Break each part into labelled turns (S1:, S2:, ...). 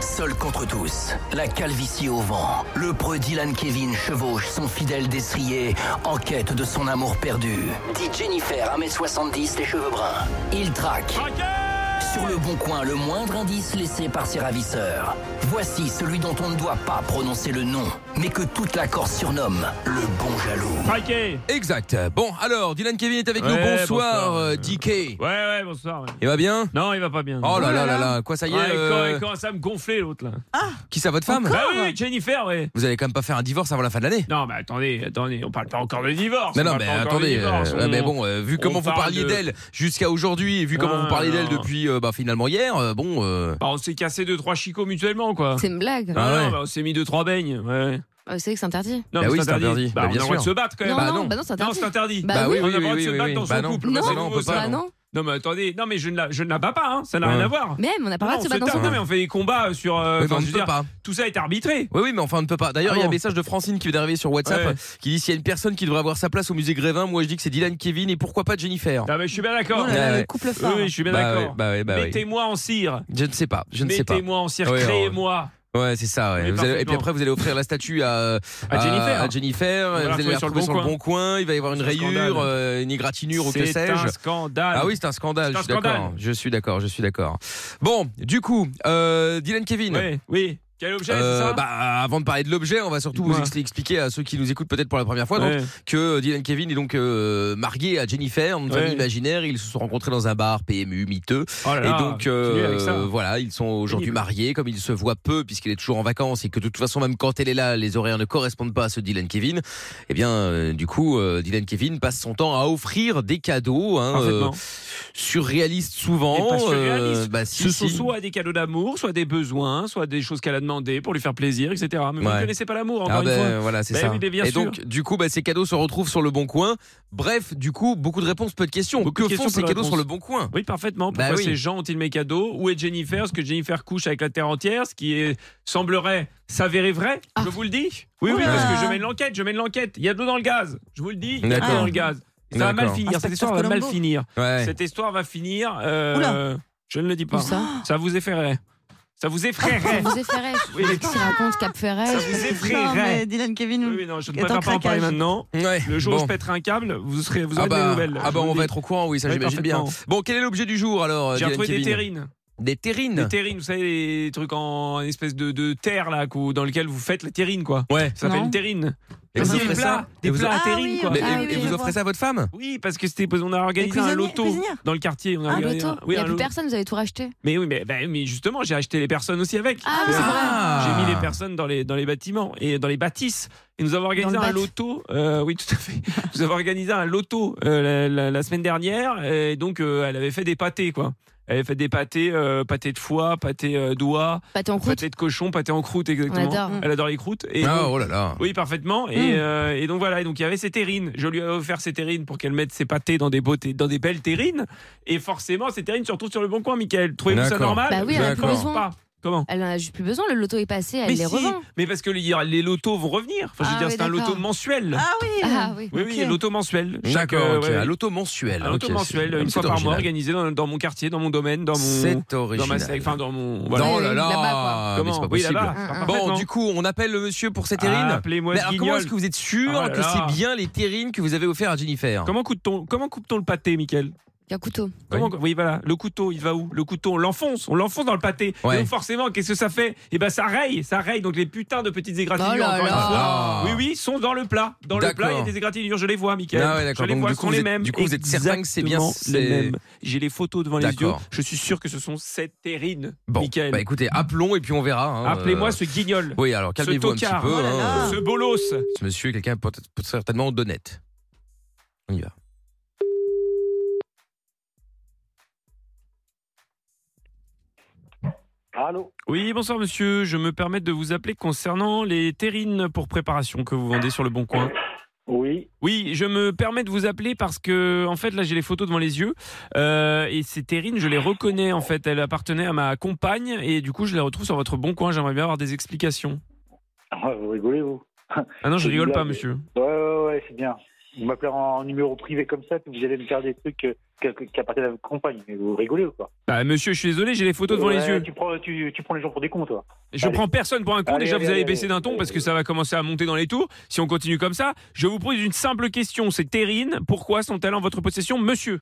S1: Seul contre tous, la calvitie au vent, le preux Dylan Kevin chevauche son fidèle destrier en quête de son amour perdu. Dit Jennifer, 1m70, les cheveux bruns. Il traque. Sur le bon coin, le moindre indice laissé par ses ravisseurs. Voici celui dont on ne doit pas prononcer le nom, mais que toute la Corse surnomme le bon jaloux.
S2: Traqué
S3: Exact. Bon, alors, Dylan Kevin est avec nous.
S2: Ouais,
S3: Bonsoir,
S2: bonsoir.
S3: euh, DK.
S2: Ouais, ouais, bonsoir. ouais.
S3: Il va bien
S2: Non, il va pas bien.
S3: Oh là là là
S4: là
S3: là, quoi ça y est
S2: Ouais, il co-
S3: euh, Ah,
S2: il commence à me gonfler l'autre là.
S3: Qui ça, votre femme
S2: bah oui, Jennifer, ouais.
S3: Vous allez quand même pas faire un divorce avant la fin de l'année
S2: Non, mais attendez, attendez, on parle pas encore de divorce.
S3: Non,
S2: on
S3: non,
S2: parle
S3: mais
S2: pas encore de
S3: attendez.
S2: divorce,
S3: euh, ouais,
S2: on-
S3: mais bon, euh, vu
S2: on
S3: comment vous
S2: parle
S3: parliez
S2: de-
S3: d'elle jusqu'à aujourd'hui et vu comment
S2: Ah,
S3: vous parliez d'elle
S2: non.
S3: depuis euh, bah, finalement hier, euh, bon. euh,
S2: bah, on s'est cassé deux trois chicots mutuellement quoi.
S4: C'est une blague.
S3: Ah
S2: Non,
S3: ouais.
S2: bah, on s'est mis deux trois beignes. Ouais.
S4: Ah, vous savez que c'est interdit.
S2: Non,
S3: Bah
S2: mais
S3: oui, c'est interdit.
S2: Bah,
S3: Bah,
S2: on a
S3: bien
S2: le droit de
S3: sûr.
S2: se battre quand même.
S4: non,
S3: bah
S4: non,
S3: non.
S4: bah non, c'est
S2: non,
S4: interdit.
S2: c'est interdit.
S4: Bah oui,
S2: on a le droit de se battre dans
S3: Bah
S2: son
S3: non,
S2: couple.
S3: bah
S2: c'est
S3: non, on
S2: nouveau,
S3: peut pas.
S2: ça.
S4: Bah non.
S2: Non, mais attendez, non mais je ne la, je ne la bats pas, hein. ça n'a
S3: Ouais.
S2: rien à voir.
S4: Même, on n'a pas le
S2: Non,
S4: droit de
S2: on
S4: se
S2: se
S4: battre dans son
S2: tape, non, mais
S4: couple.
S2: on fait des combats sur. euh,
S3: Oui, mais
S2: enfin,
S3: on
S2: je
S3: ne
S2: veux
S3: peut
S2: dire,
S3: pas.
S2: Tout ça est arbitré.
S3: Oui, oui, mais enfin, on ne peut pas. D'ailleurs,
S2: Ah
S3: il y a un
S2: bon
S3: message de Francine qui vient d'arriver sur WhatsApp
S2: Ouais.
S3: qui dit s'il y a une personne qui devrait avoir sa place au musée Grévin, moi je dis que c'est Dylan Kevin et pourquoi pas Jennifer.
S2: Ah, mais je suis bien
S4: Oh
S2: d'accord.
S4: là là,
S3: Ouais,
S4: le
S3: ouais.
S4: couple
S2: Oui,
S4: fort.
S2: oui, je suis bien
S3: bah, ouais,
S2: d'accord.
S3: bah, ouais, bah, ouais.
S2: Mettez-moi en cire.
S3: Je ne sais pas, je ne sais pas.
S2: Mettez-moi en cire,
S3: Ouais,
S2: créez-moi.
S3: Ouais, c'est ça.
S2: Mais
S3: Ouais. Vous allez- et puis
S2: parfaitement.
S3: après, vous allez offrir la statue à,
S2: À Jennifer.
S3: à Jennifer.
S2: va la
S3: vous allez la retrouver sur, le,
S2: Coin.
S3: bon coin. Il va y avoir une
S2: C'est un
S3: rayure,
S2: scandale.
S3: euh, une égratignure ou que
S2: C'est un
S3: sais-je.
S2: scandale.
S3: Ah oui, c'est un scandale.
S2: C'est un
S3: je suis d'accord.
S2: scandale.
S3: Je suis d'accord. Je suis d'accord. Bon, du coup, euh, Dylan Kevin.
S2: Oui, oui. Quel objet,
S3: euh,
S2: c'est ça
S3: bah, avant de parler de l'objet, on va surtout vous
S2: Ouais.
S3: ex- expliquer à ceux qui nous écoutent peut-être pour la première fois donc,
S2: Ouais.
S3: que Dylan Kevin est donc euh, marié à Jennifer, une
S2: Ouais.
S3: famille imaginaire. Ils se sont rencontrés dans un bar PMU miteux.
S2: Oh là là,
S3: Et donc
S2: continuez
S3: euh,
S2: avec ça.
S3: voilà, ils sont aujourd'hui
S2: Pénible.
S3: mariés, comme ils se voient peu puisqu'il est toujours en vacances et que de toute façon même quand elle est là, les horaires ne correspondent pas à ceux de Dylan Kevin. Eh bien, euh, du coup, euh, Dylan Kevin passe son temps à offrir des cadeaux hein,
S2: Parfaitement.
S3: euh, surréalistes souvent.
S2: Et pas surréalistes.
S3: bah, si,
S2: Ce
S3: si.
S2: sont soit des cadeaux d'amour, soit des besoins, soit des choses qu'elle a demandé pour lui faire plaisir, etc. Mais vous
S3: Ouais.
S2: ne connaissez pas l'amour, encore
S3: Ah
S2: une
S3: ben,
S2: fois.
S3: voilà, c'est
S2: Ben
S3: ça.
S2: oui, mais bien
S3: et
S2: sûr.
S3: donc, du coup, bah, ces cadeaux se retrouvent sur le bon coin. Bref, du coup, beaucoup de réponses, peu de questions.
S2: Beaucoup
S3: que
S2: de
S3: font
S2: questions,
S3: ces
S2: peu de
S3: cadeaux sur
S2: réponses.
S3: le bon coin
S2: Oui, parfaitement.
S3: Bah
S2: Pourquoi
S3: oui.
S2: ces gens ont-ils mes cadeaux Où est Jennifer Est-ce que Jennifer couche avec la terre entière Ce qui est, semblerait s'avérer vrai Je vous le dis. Oui, oui,
S4: Oula.
S2: parce que je mène l'enquête, je mène l'enquête. Il y a de l'eau dans le gaz. Je vous le dis, il y a de l'eau
S3: D'accord.
S2: dans le gaz. Et Ça va mal
S3: D'accord.
S2: finir. Cette
S4: Inspecteur
S2: histoire va mal
S4: Columbo.
S2: finir.
S3: Ouais.
S2: Cette histoire va finir. euh,
S4: Oula.
S2: je ne le dis
S4: Où
S2: pas.
S4: ça Ah,
S2: Ça vous effraierait. Ça vous
S4: Ça
S2: effraierait.
S4: vous effraierait.
S2: Oui.
S4: Je sais pas ce qu'il raconte, Cap Ferret.
S2: Ça
S4: je sais
S2: vous
S4: pas.
S2: effraierait.
S5: Non, mais Dylan Kevin,
S2: Oui, oui, non, je ne
S5: Et
S2: préfère
S5: ton
S2: pas en parler
S5: craquage.
S2: maintenant.
S3: Ouais.
S2: Le jour où
S3: Bon.
S2: je pèterai un câble, vous serez, vous
S3: Ah
S2: aurez des
S3: bah,
S2: nouvelles.
S3: ah
S2: je vous
S3: bah, on
S2: le
S3: va
S2: dis.
S3: être au courant, oui, ça
S2: Oui,
S3: j'imagine bien. Bon, quel est l'objet du jour alors, euh,
S2: J'ai
S3: Dylan
S2: retrouvé des
S3: Kevin
S2: terrines.
S3: Des terrines.
S2: Des terrines, vous savez, les trucs en espèce de, de terre là, qu'au- dans lequel vous faites la terrine quoi.
S3: Ouais.
S2: Ça s'appelle
S4: Non. Ah,
S2: une terrine.
S3: Et vous
S2: Parce qu'il y a
S3: offrez
S2: des
S3: ça
S2: plats, des
S3: Et vous-
S2: plats à
S5: Ah
S2: terrine
S5: oui,
S2: quoi.
S3: Mais-
S5: Ah
S3: et-
S5: oui,
S3: et
S5: oui,
S3: vous
S5: je
S3: offrez
S5: vois.
S3: ça à votre femme
S2: Oui, parce que c'était, on a organisé un
S5: cuisiniers,
S2: loto
S5: cuisinières.
S2: dans le quartier. On a
S4: Un
S2: organisé
S4: loto.
S2: un-
S4: Il
S2: oui,
S4: n'y a
S2: un
S4: plus
S2: loto.
S4: personne, vous avez tout racheté.
S2: Mais oui, mais, bah, mais justement, j'ai acheté les personnes aussi avec.
S4: Ah,
S2: Parce
S4: c'est
S2: que
S4: vrai.
S3: Ah.
S2: J'ai mis les personnes dans les, dans les bâtiments et dans les bâtisses. Et nous avons organisé
S4: Dans le
S2: un
S4: bat.
S2: loto. euh, oui, tout à fait. Nous avons organisé un loto euh, la, la- la semaine dernière. Et donc, euh, elle avait fait des pâtés, quoi. Elle avait fait des pâtés, euh, pâté de foie, pâté euh, d'oie,
S4: Pâté en croûte.
S2: pâté de cochon, pâté en croûte, exactement.
S4: adore.
S2: Elle adore les croûtes. Et
S3: Ah,
S2: donc-
S3: oh là là.
S2: oui, parfaitement. Et,
S4: Mm.
S2: euh, et donc voilà, et donc il y avait ses terrines. Je lui ai offert ses terrines pour qu'elle mette ses pâtés dans des, beaux té- dans des belles terrines. Et forcément, ces terrines se retrouvent sur le bon coin, Michael. Trouvez-vous ça
S3: D'accord.
S2: normal
S4: Bah oui,
S2: Je
S4: elle a
S2: ne
S4: plus
S2: pense
S4: besoin.
S2: pas. Comment
S4: Elle en a juste plus besoin, le loto est passé, elle
S2: mais,
S4: les
S2: si,
S4: revend.
S2: mais parce que les, les lotos vont revenir. Enfin, je veux
S4: Ah
S2: dire,
S4: oui,
S2: c'est un
S4: d'accord.
S2: loto mensuel.
S5: Ah oui.
S4: Ah oui.
S2: Eh. oui,
S5: ok.
S2: oui, loto mensuel. Chaque,
S3: D'accord,
S2: euh,
S3: ok,
S2: ouais,
S3: un
S2: oui.
S3: loto mensuel.
S2: Un
S3: ok,
S2: loto
S3: c'est-
S2: mensuel,
S3: c'est
S2: une fois par
S3: original.
S2: mois, organisé dans, dans mon quartier, dans mon domaine, dans mon.
S3: C'est original.
S2: Dans ma sec- enfin, dans mon.
S3: Non,
S2: Voilà.
S3: oh là là,
S4: Là-bas, quoi.
S3: mais c'est pas
S2: oui,
S3: possible.
S2: là-bas.
S4: Ah, ah.
S3: Bon,
S2: Parfaitement.
S3: du coup, on appelle le monsieur pour ses terrines.
S2: Ah, Appelez-moi
S3: mais
S2: ce
S3: alors, comment
S2: guignol.
S3: est-ce que vous êtes sûr
S2: Oh là
S3: que
S2: là.
S3: c'est bien les terrines que vous avez offert à Jennifer
S2: Comment coupe-t-on comment coupe-t-on le pâté, Michael
S4: Un couteau.
S2: Comment- oui. voilà, le couteau, il va où Le couteau, on l'enfonce, on l'enfonce dans le pâté.
S3: Ouais.
S2: Et donc forcément, qu'est-ce que ça fait Eh ben ça raye, ça raye. Donc les putains de petites égratignures,
S4: Oh là
S2: encore une
S4: là.
S2: fois.
S3: Ah.
S2: Oui, oui, sont dans le plat. Dans le
S3: D'accord.
S2: plat, il y a des égratignures, je les vois, Michael.
S3: Ah ouais, d'accord.
S2: je les
S3: Donc,
S2: vois,
S3: du
S2: ce sont
S3: coup, vous
S2: les
S3: êtes-
S2: mêmes.
S3: du coup, vous êtes certain que c'est bien
S2: Exactement
S3: ces-
S2: les mêmes. J'ai les photos devant les yeux.
S3: D'accord.
S2: Je suis sûr que ce sont ces terrines,
S3: Bon,
S2: Michael.
S3: bah écoutez, appelons et puis on verra. hein,
S2: Appelez-moi
S3: euh,
S2: ce guignol,
S3: Oui, alors calmez-vous un petit
S2: tocard.
S3: peu.
S5: Oh là
S3: hein,
S5: là.
S2: ce bolos.
S3: Ce monsieur est quelqu'un peut- peut- certainement d'honnête. On y va.
S6: Allô
S2: Oui, bonsoir monsieur. Je me permets de vous appeler concernant les terrines pour préparation que vous vendez sur le Bon Coin.
S6: Oui.
S2: Oui, je me permets de vous appeler parce que, en fait, là, j'ai les photos devant les yeux. Euh, et ces terrines, je les reconnais, en fait. Elles appartenaient à ma compagne. Et du coup, je les retrouve sur votre bon coin. J'aimerais bien avoir des explications.
S6: Ah, vous rigolez, vous
S2: Ah non, je
S6: C'est
S2: rigole
S6: bizarre,
S2: pas,
S6: mais-
S2: monsieur.
S6: Ouais, ouais, ouais, c'est bien. Vous m'appelez en numéro privé comme ça, puis vous allez me faire des trucs euh, qui appartient à votre compagne. Mais vous rigolez ou quoi
S2: Bah, monsieur, je suis désolé, j'ai les photos devant les
S6: Ouais,
S2: yeux.
S6: Tu prends, tu, tu prends les gens pour des cons, toi.
S2: Je
S6: Allez.
S2: prends personne pour un con.
S6: Allez,
S2: Déjà,
S6: allez,
S2: vous allez
S6: allez,
S2: baisser d'un ton
S6: allez.
S2: parce que ça va commencer à monter dans les tours. Si on continue comme ça, je vous pose une simple question. C'est Terrine. Pourquoi sont-elles en votre possession, monsieur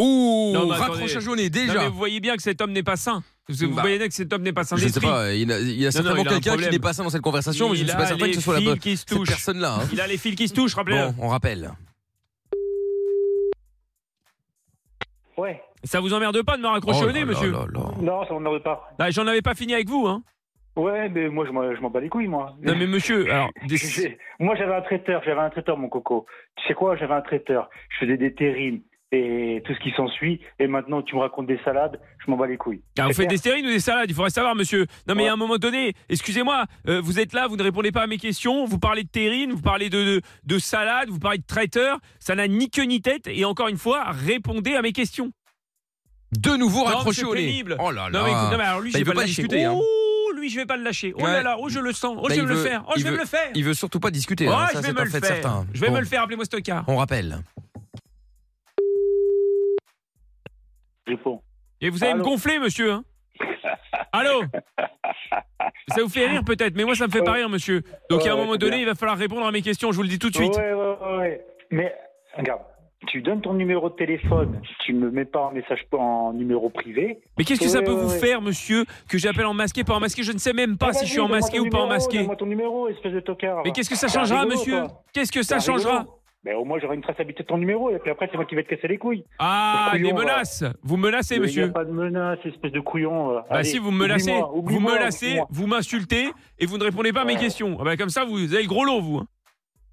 S3: Ouh,
S2: Non, mais
S3: raccroche
S2: attendez.
S3: à jaune
S2: Non, mais
S3: déjà.
S2: vous voyez bien que cet homme n'est pas sain. Vous, vous
S3: Bah,
S2: voyez bien que cet homme n'est pas sain
S3: Je ne sais
S2: d'esprit.
S3: pas, il y en a, il y a
S2: non,
S3: certainement
S2: il a un
S3: quelqu'un qui
S2: problème.
S3: n'est pas sain dans cette conversation, mais je ne
S2: Il
S3: suis
S2: a
S3: pas certain que
S2: les
S3: ce soit la
S2: fils
S3: bonne
S2: qui se
S3: cette
S2: touchent.
S3: personne-là. hein.
S2: Il a les fils qui se touchent, rappelez-le.
S3: Bon, on rappelle.
S6: Ouais.
S2: Ça vous emmerde pas de me raccrocher
S3: Oh
S2: au nez,
S3: là
S2: monsieur
S3: là là là.
S6: Non, ça m'emmerde pas.
S2: Bah, J'en avais pas fini avec vous, hein.
S6: Ouais, mais moi, je m'en je m'en bats les couilles, moi.
S2: Non, mais monsieur, alors. des-
S6: J'ai- Moi, j'avais un traiteur, j'avais un traiteur, mon coco. Tu sais quoi, j'avais un traiteur. Je faisais des terrines et tout ce qui s'ensuit. Et maintenant, tu me racontes des salades, je m'en bats les couilles.
S2: Ah, vous
S6: C'est
S2: faites des stérines ou des salades, il faudrait savoir, monsieur. Non, mais
S6: Ouais.
S2: à un moment donné, excusez-moi, euh, vous êtes là, vous ne répondez pas à mes questions, vous parlez de terrine, vous parlez de, de, de salade, vous parlez de traiteur, ça n'a ni queue ni tête, et encore une fois, répondez à mes questions.
S3: De nouveau
S2: Non, mais
S3: raccroché
S2: c'est
S3: au nez.
S2: pénible.
S3: Oh là
S2: Non, mais, écoute, non, mais
S3: là.
S2: alors lui,
S3: Bah,
S2: je vais
S3: il veut
S2: pas
S3: pas
S2: le lâcher.
S3: discuter, hein.
S2: Oh, lui, je vais pas le lâcher. Oh
S3: Ouais.
S2: là là, oh, je le sens. Oh,
S3: Bah,
S2: je vais
S3: il
S2: me le
S3: veut-
S2: faire. Oh,
S3: il
S2: je vais me
S3: veut-
S2: le faire.
S3: Il veut surtout pas discuter.
S2: Oh,
S3: hein,
S2: je
S3: ça,
S2: vais
S3: c'est
S2: me
S3: un
S2: le
S3: fait
S2: faire.
S3: certain.
S2: Je vais
S3: Bon,
S2: me le faire, appelez-moi Stockard.
S3: On rappelle.
S6: clair. Réponds.
S2: Et vous allez me
S6: Allô
S2: gonfler, monsieur. hein. Allô Ça vous fait rire peut-être, mais moi ça me fait pas rire, monsieur. Donc à un
S6: Ouais,
S2: moment
S6: c'est
S2: donné,
S6: Euh, eh bien.
S2: il va falloir répondre à mes questions, je vous le dis tout de suite.
S6: Ouais, ouais, ouais. Mais regarde, tu donnes ton numéro de téléphone, tu me mets pas en message en numéro privé.
S2: Mais qu'est-ce que ça
S6: Ouais,
S2: peut
S6: ouais,
S2: vous
S6: ouais.
S2: faire, monsieur, que j'appelle en masqué, pas en masqué Je ne sais même pas
S6: Ah,
S2: si
S6: vas-y,
S2: je suis en
S6: donne-moi
S2: masqué
S6: ton
S2: ou pas en
S6: numéro,
S2: masqué.
S6: Donne-moi ton numéro, espèce de tocard.
S2: Mais qu'est-ce que ça
S6: T'es
S2: changera,
S6: rigolo,
S2: monsieur
S6: toi.
S2: Qu'est-ce que ça
S6: T'es rigolo.
S2: changera
S6: Mais au moins, j'aurai une traçabilité de ton numéro, et puis après, c'est moi qui vais te casser les couilles.
S2: Ah,
S6: Couillon,
S2: des
S6: va.
S2: menaces Vous menacez,
S6: Mais y a
S2: monsieur
S6: pas de menace, espèce de couillon. euh,
S2: Bah si, vous me menacez, vous me menacez, vous m'insultez et vous ne répondez pas à mes
S6: Ouais.
S2: questions. Ah bah comme ça, vous avez le gros lot, vous. hein.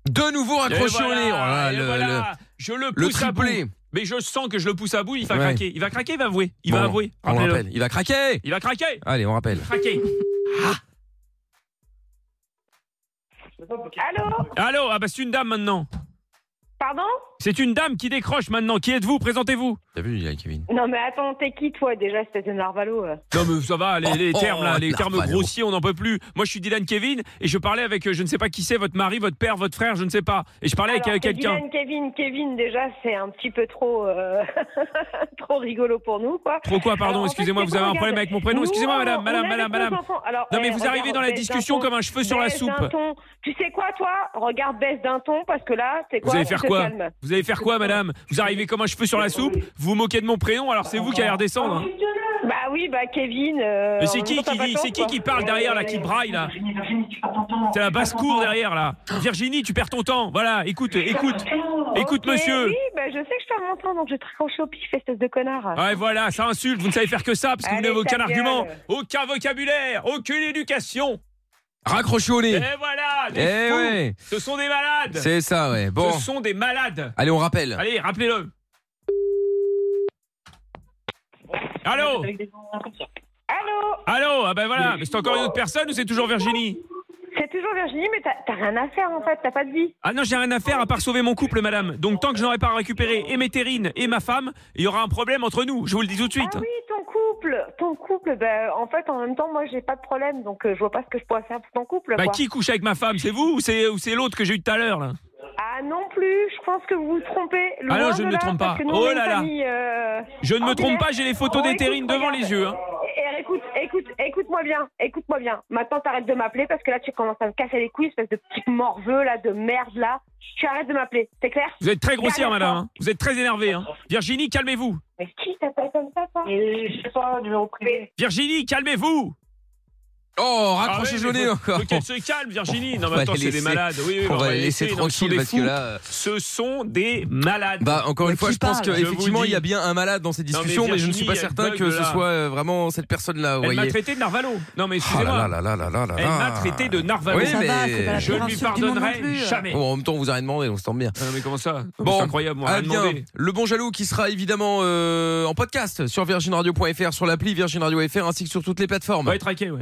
S3: De nouveau raccroché
S2: Et
S3: au
S2: voilà,
S3: nez. Oh là là,
S2: et
S3: le- le-
S2: voilà. Je le
S3: Le
S2: pousse à bout.
S3: triplé.
S2: Mais je sens que je le pousse à bout, il va
S3: Ouais.
S2: craquer. Il va craquer, il va avouer. Il va
S3: Bon,
S2: avouer.
S3: On
S2: Rappelez-le.
S3: rappelle. Il va craquer.
S2: Il va craquer.
S3: Allez, on rappelle.
S2: Craquer.
S5: Allô
S2: Allô, ah bah c'est une dame maintenant.
S5: Pardon
S2: C'est une dame qui décroche maintenant. Qui êtes-vous Présentez-vous.
S3: T'as vu, il y a Kevin.
S5: Non mais attends, t'es qui toi déjà, espèce de narvalo euh
S2: Non mais ça va, les, les
S3: Oh,
S2: termes là,
S3: oh,
S2: les termes
S3: Narvalo.
S2: grossiers, on n'en peut plus. Moi je suis Dylan Kevin et je parlais avec euh, je ne sais pas qui c'est, votre mari, votre père, votre frère, je ne sais pas. Et je parlais
S5: Alors,
S2: avec euh,
S5: c'est
S2: quelqu'un.
S5: Dylan, Kevin, Kevin déjà, c'est un petit peu trop, euh, trop rigolo pour nous quoi.
S2: Trop quoi, pardon,
S5: Alors, en fait,
S2: excusez-moi,
S5: c'est
S2: vous avez un
S5: qu'on
S2: problème
S5: regarde-
S2: avec mon prénom.
S5: Nous,
S2: Excusez-moi
S5: on-
S2: madame,
S5: on
S2: madame,
S5: avait
S2: madame,
S5: trop
S2: madame.
S5: d'enfants. Alors,
S2: Non mais
S5: eh,
S2: vous
S5: regarde,
S2: arrivez dans la
S5: baisse d'un
S2: discussion
S5: ton,
S2: comme un cheveu sur la
S5: baisse d'un
S2: soupe.
S5: ton. Tu sais quoi toi Regarde, baisse d'un ton parce que là, c'est quoi
S2: allez faire
S5: on se
S2: quoi
S5: calme.
S2: Vous allez faire quoi madame Vous arrivez comme un cheveu sur la soupe, vous vous moquez de mon prénom alors c'est vous qui allez redescendre. hein.
S5: Bah oui, bah Kevin. euh,
S2: Mais
S5: en
S2: c'est
S5: même
S2: qui
S5: temps, t'as
S2: qui
S5: pas
S2: dit
S5: tort,
S2: C'est qui
S5: quoi.
S2: qui parle derrière là, qui braille là C'est la basse cour derrière là. Virginie, tu perds ton temps. Voilà, écoute, écoute, écoute
S5: Ok,
S2: monsieur.
S5: Oui, bah, je sais que je perds mon temps, donc je vais te raccrocher au pif, espèce de connard.
S2: Ouais, voilà, ça insulte. Vous ne savez faire que ça parce que vous
S5: Allez,
S2: n'avez aucun
S5: ta gueule.
S2: argument, aucun vocabulaire, aucune éducation.
S3: Raccroché au
S2: Et
S3: nez.
S2: voilà,
S3: Eh
S2: des fous.
S3: ouais.
S2: Ce sont des malades.
S3: C'est ça, ouais. Bon.
S2: Ce sont des malades.
S3: Allez, on rappelle.
S2: Allez, rappelez-le. Allô
S5: Allô
S2: Allô Ah ben voilà, mais c'est encore une autre personne ou c'est toujours Virginie
S5: C'est toujours Virginie, mais t'as t'as rien à faire en fait, t'as pas de vie.
S2: Ah non, j'ai rien à faire à part sauver mon couple, madame. Donc tant que je n'aurai pas récupéré et mes terrines et ma femme, il y aura un problème entre nous. Je vous le dis tout de suite.
S5: Ah oui, ton couple, ton couple, bah, en fait, en même temps, moi, j'ai pas de problème, donc euh, je vois pas ce que je pourrais faire pour ton couple.
S2: Bah
S5: quoi.
S2: qui couche avec ma femme C'est vous ou c'est ou c'est l'autre que j'ai eu tout à l'heure là
S5: Ah non plus, je pense que vous vous trompez. Loin
S2: Ah non, je
S5: de
S2: ne me
S5: là,
S2: trompe
S5: parce
S2: pas.
S5: que nous,
S2: Oh
S5: on est une
S2: là là.
S5: famille, euh,
S2: Je ne me
S5: en
S2: trompe
S5: direct.
S2: pas, j'ai les photos
S5: Oh,
S2: des
S5: écoute,
S2: terrines devant
S5: regarde.
S2: les yeux. hein.
S5: Eh, eh, écoute, écoute, écoute-moi bien, écoute-moi bien. Maintenant, t'arrêtes de m'appeler parce que là, tu commences à me casser les couilles, espèce de petit morveux là, de merde là. Tu arrêtes de m'appeler, c'est clair
S2: Vous êtes très grossière,
S5: Dernière
S2: madame. hein. Vous êtes très énervée. hein. Virginie, calmez-vous.
S5: Mais qui t'appelle comme ça, toi
S6: Et je sais pas, numéro privé.
S2: Virginie, calmez-vous.
S3: Oh,
S2: Ah
S3: raccroché
S2: ouais,
S3: au
S2: mais
S3: nez
S2: faut-
S3: encore.
S2: faut qu'elle se calme, Virginie.
S3: On
S2: Non, mais
S3: va
S2: attends,
S3: les
S2: c'est des
S3: laisser-
S2: malades. Oui, oui,
S3: On va
S2: les
S3: les laisser
S2: non, ce sont
S3: tranquilles
S2: des
S3: parce que
S2: fous.
S3: là. euh,
S2: Ce sont des malades.
S3: Bah encore
S4: Mais
S3: une fois,
S4: qui
S3: je pense
S4: parle
S3: que
S2: Je vous
S3: effectivement il y a
S2: dis.
S3: bien un malade dans ces
S2: mais
S3: discussions, mais, je ne suis pas
S2: Virginie, elle
S3: certain
S2: bug,
S3: que ce
S2: là.
S3: soit euh, vraiment cette personne-là. Vous
S2: Elle m'a
S3: voyez.
S2: traité de narvalo. Non, mais
S3: Oh
S2: excusez-moi.
S3: là là là là là là
S2: Elle m'a
S3: là.
S2: traité de narvalo.
S3: Oui,
S4: Ça va, c'est pas la
S3: mais
S2: Je
S4: pire
S2: ne lui
S4: insulte du monde non
S2: pardonnerai
S4: plus.
S2: jamais.
S3: Bon, en même temps, on vous a rien demandé, donc se tombe bien.
S2: Ah non, mais comment ça
S3: Bon.
S2: C'est incroyable, moi,
S3: Ah
S2: rien
S3: bien,
S2: demandé.
S3: le bon jaloux qui sera évidemment euh, en podcast sur virginradio.fr, sur l'appli Virgin Radio FR ainsi que sur toutes les plateformes.
S2: On va être traqué, ouais.